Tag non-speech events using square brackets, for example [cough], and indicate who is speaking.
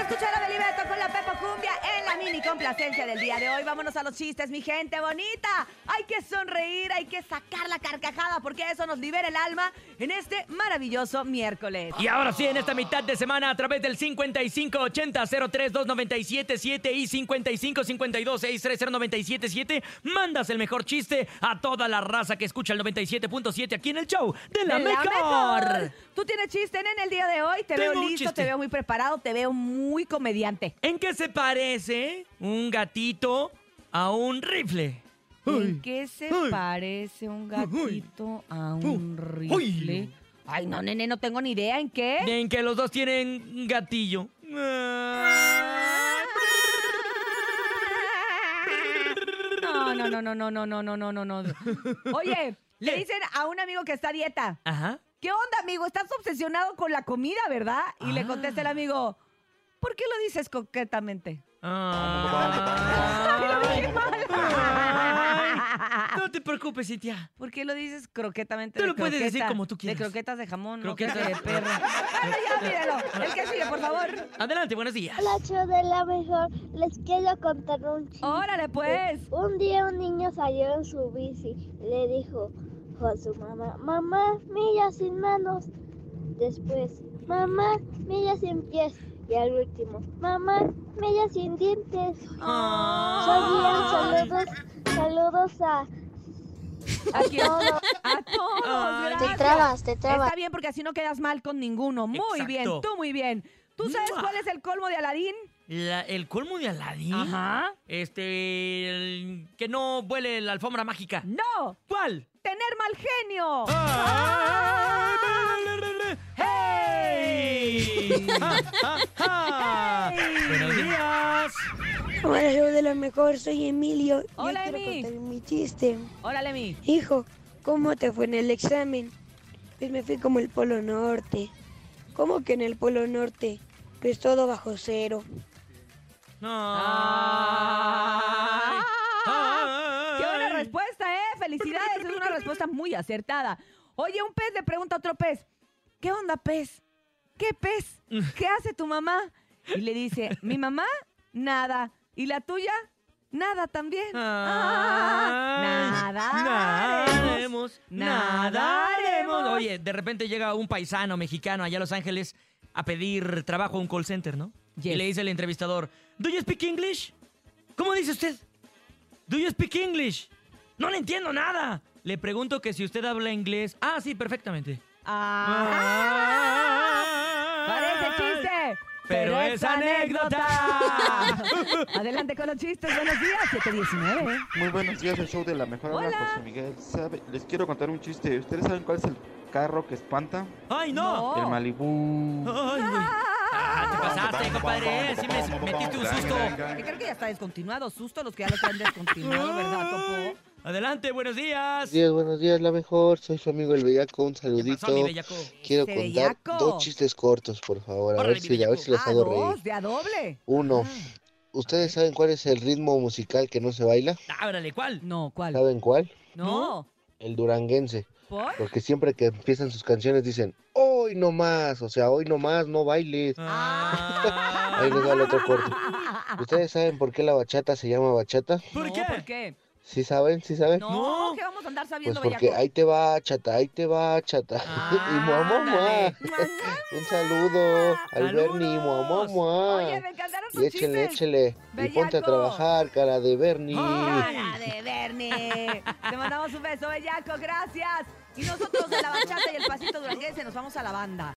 Speaker 1: escuchar a Belibeto con la Pepa Cumbia en la mini complacencia del día de hoy. Vámonos a los chistes, mi gente bonita. Hay que sonreír, hay que sacar la carcajada porque eso nos libera el alma en este maravilloso miércoles.
Speaker 2: Y ahora sí, en esta mitad de semana, a través del 5580-032977 y 5552-630977, mandas el mejor chiste a toda la raza que escucha el 97.7 aquí en el show de la,
Speaker 1: De la mejor. Tú tienes chiste en el día de hoy. Te
Speaker 2: Tengo
Speaker 1: veo
Speaker 2: un
Speaker 1: listo,
Speaker 2: chiste.
Speaker 1: te veo muy preparado, te veo muy comediante.
Speaker 2: ¿En qué se parece un gatito a un rifle?
Speaker 1: ¿En qué se parece un gatito a un
Speaker 2: uy.
Speaker 1: rifle? Ay, no, nene, no tengo ni idea en qué.
Speaker 2: En que los dos tienen un
Speaker 1: [laughs]
Speaker 2: gatillo.
Speaker 1: No, no, no, no, no, no, no, no, no, no, no. Oye, le
Speaker 2: ¿Qué?
Speaker 1: dicen a un amigo que está a dieta,
Speaker 2: Ajá.
Speaker 1: ¿qué onda, amigo? Estás obsesionado con la comida, ¿verdad? Y le
Speaker 2: Ah.
Speaker 1: contesta el amigo, ¿por qué lo dices concretamente?
Speaker 2: Ah.
Speaker 1: Ay, lo dije mal.
Speaker 2: No te preocupes, Cintia.
Speaker 1: [laughs] ¿Por qué lo dices croquetamente?
Speaker 2: Tú
Speaker 1: de
Speaker 2: lo puedes decir
Speaker 1: croqueta?
Speaker 2: como tú quieras.
Speaker 1: De croquetas de jamón,
Speaker 2: Croquetas.
Speaker 1: croquetas de perro.
Speaker 2: [laughs]
Speaker 1: Bueno, ya, míralo. El que sigue, por favor.
Speaker 2: Adelante, buenos días.
Speaker 3: Hola, show de la mejor. Les quiero contar un chiste.
Speaker 1: Órale, pues.
Speaker 3: Un día un niño salió en su bici. Le dijo a su mamá, mamá, mira sin manos. Después, mamá, mira sin pies. Y al último, mamá, mira sin dientes.
Speaker 2: Ah.
Speaker 3: Soy
Speaker 2: Ay.
Speaker 3: Ian, saludos, saludos a, a
Speaker 1: Aquí
Speaker 3: todos.
Speaker 1: A todos,
Speaker 2: Ay.
Speaker 1: gracias.
Speaker 3: te
Speaker 1: Está bien porque así no quedas mal con ninguno. Muy
Speaker 2: Exacto.
Speaker 1: bien, tú muy bien. ¿Tú sabes
Speaker 2: Mua.
Speaker 1: cuál es el colmo de Aladín?
Speaker 2: La- el colmo de Aladín.
Speaker 1: Ajá.
Speaker 2: Este. el- que no vuele la alfombra mágica.
Speaker 1: No,
Speaker 2: ¿Cuál?
Speaker 1: tener mal genio.
Speaker 2: Ah.
Speaker 1: Ah.
Speaker 2: ¡Hey! Ah, ah, ah. Buenos días.
Speaker 4: Hola, yo de la mejor, soy Emilio.
Speaker 1: Hola,
Speaker 4: yo
Speaker 1: Emi.
Speaker 4: quiero contar mi chiste.
Speaker 1: Órale, mi.
Speaker 4: Hijo, ¿cómo te fue en el examen? Pues me fui como el Polo Norte. ¿Cómo que en el Polo Norte? Pues todo bajo cero.
Speaker 2: Ay.
Speaker 1: Qué buena
Speaker 2: Ay.
Speaker 1: respuesta, ¿eh? Felicidades, es una respuesta muy acertada. Oye, un pez le pregunta a otro pez, ¿qué onda, pez? ¿Qué
Speaker 2: [laughs]
Speaker 1: pez? ¿Qué hace tu mamá? Y le dice, mi mamá, nada. ¿Y la tuya? Nada también. Ah, nada.
Speaker 2: Nadaremos. Nadaremos.
Speaker 1: Nadaremos.
Speaker 2: Oye, de repente llega un paisano mexicano allá a Los Ángeles a pedir trabajo a un call center, ¿no?
Speaker 1: Yes.
Speaker 2: Y le dice el entrevistador, ¿Do you speak English? ¿Cómo dice usted? ¿Do you speak English? No le entiendo nada. Le pregunto que si usted habla inglés. Ah, sí, perfectamente.
Speaker 1: Ah. Parece chiste.
Speaker 2: Pero es anécdota.
Speaker 1: [laughs] Adelante con los chistes. Buenos días, 719.
Speaker 5: Muy buenos días, el show de la mejor habla
Speaker 1: Hola.
Speaker 5: José Miguel. ¿Sabe? Les quiero contar un chiste. ¿Ustedes saben cuál es el carro que espanta?
Speaker 2: ¡Ay, no!
Speaker 5: El Malibú.
Speaker 2: ¡Ay, güey! Ah, te pasaste, compadre. Sí me metiste un susto.
Speaker 1: Que creo que ya está descontinuado. Susto a los que ya lo están descontinuado, ¿verdad,
Speaker 2: [laughs]
Speaker 1: Topo?
Speaker 2: Adelante, buenos días.
Speaker 6: Buenos días, buenos días, la mejor. Soy su amigo el Bellaco, un
Speaker 2: ¿Qué
Speaker 6: saludito.
Speaker 2: pasó, mi bellaco?
Speaker 6: Quiero
Speaker 1: Este
Speaker 6: contar
Speaker 1: bellaco.
Speaker 6: dos chistes cortos, por favor, a
Speaker 2: Órale,
Speaker 6: ver
Speaker 2: mi
Speaker 6: si, a ver
Speaker 2: bellaco.
Speaker 6: si los
Speaker 1: a
Speaker 6: hago
Speaker 1: Ah, dos, Ah.
Speaker 6: reír.
Speaker 1: de a doble.
Speaker 6: Uno, ¿ustedes saben cuál es el ritmo musical que no se baila?
Speaker 2: Ábrale, ¿cuál?
Speaker 1: No, ¿cuál?
Speaker 6: ¿Saben cuál?
Speaker 1: No.
Speaker 6: El duranguense,
Speaker 1: ¿Por?
Speaker 6: porque siempre que empiezan sus canciones dicen, hoy no más, o sea, hoy no más, no bailes.
Speaker 2: Ah.
Speaker 6: Ahí les va el otro
Speaker 2: [laughs]
Speaker 6: corto. ¿Ustedes saben por qué la bachata se llama bachata?
Speaker 2: ¿Por
Speaker 1: No,
Speaker 2: qué?
Speaker 1: ¿Por qué?
Speaker 6: ¿Sí saben? ¿Sí saben?
Speaker 1: No,
Speaker 2: No.
Speaker 1: ¿qué vamos a andar
Speaker 6: Pues
Speaker 1: sabiendo,
Speaker 6: porque ahí te va, chata, ahí te va, chata. [laughs] y mamá,
Speaker 2: Ándale.
Speaker 1: [laughs]
Speaker 6: Un saludo al Bernie, mua, mua,
Speaker 2: Saludos.
Speaker 6: mua.
Speaker 1: Oye, me encantaron tus
Speaker 6: Y échele,
Speaker 1: chistes.
Speaker 6: échele. Y ponte a
Speaker 1: Bellaco.
Speaker 6: trabajar, cara de Bernie.
Speaker 2: Ay.
Speaker 1: Cara de Bernie. Te mandamos un beso, bellaco, gracias. Y nosotros de la bachata y el pasito duranguense nos vamos a la banda.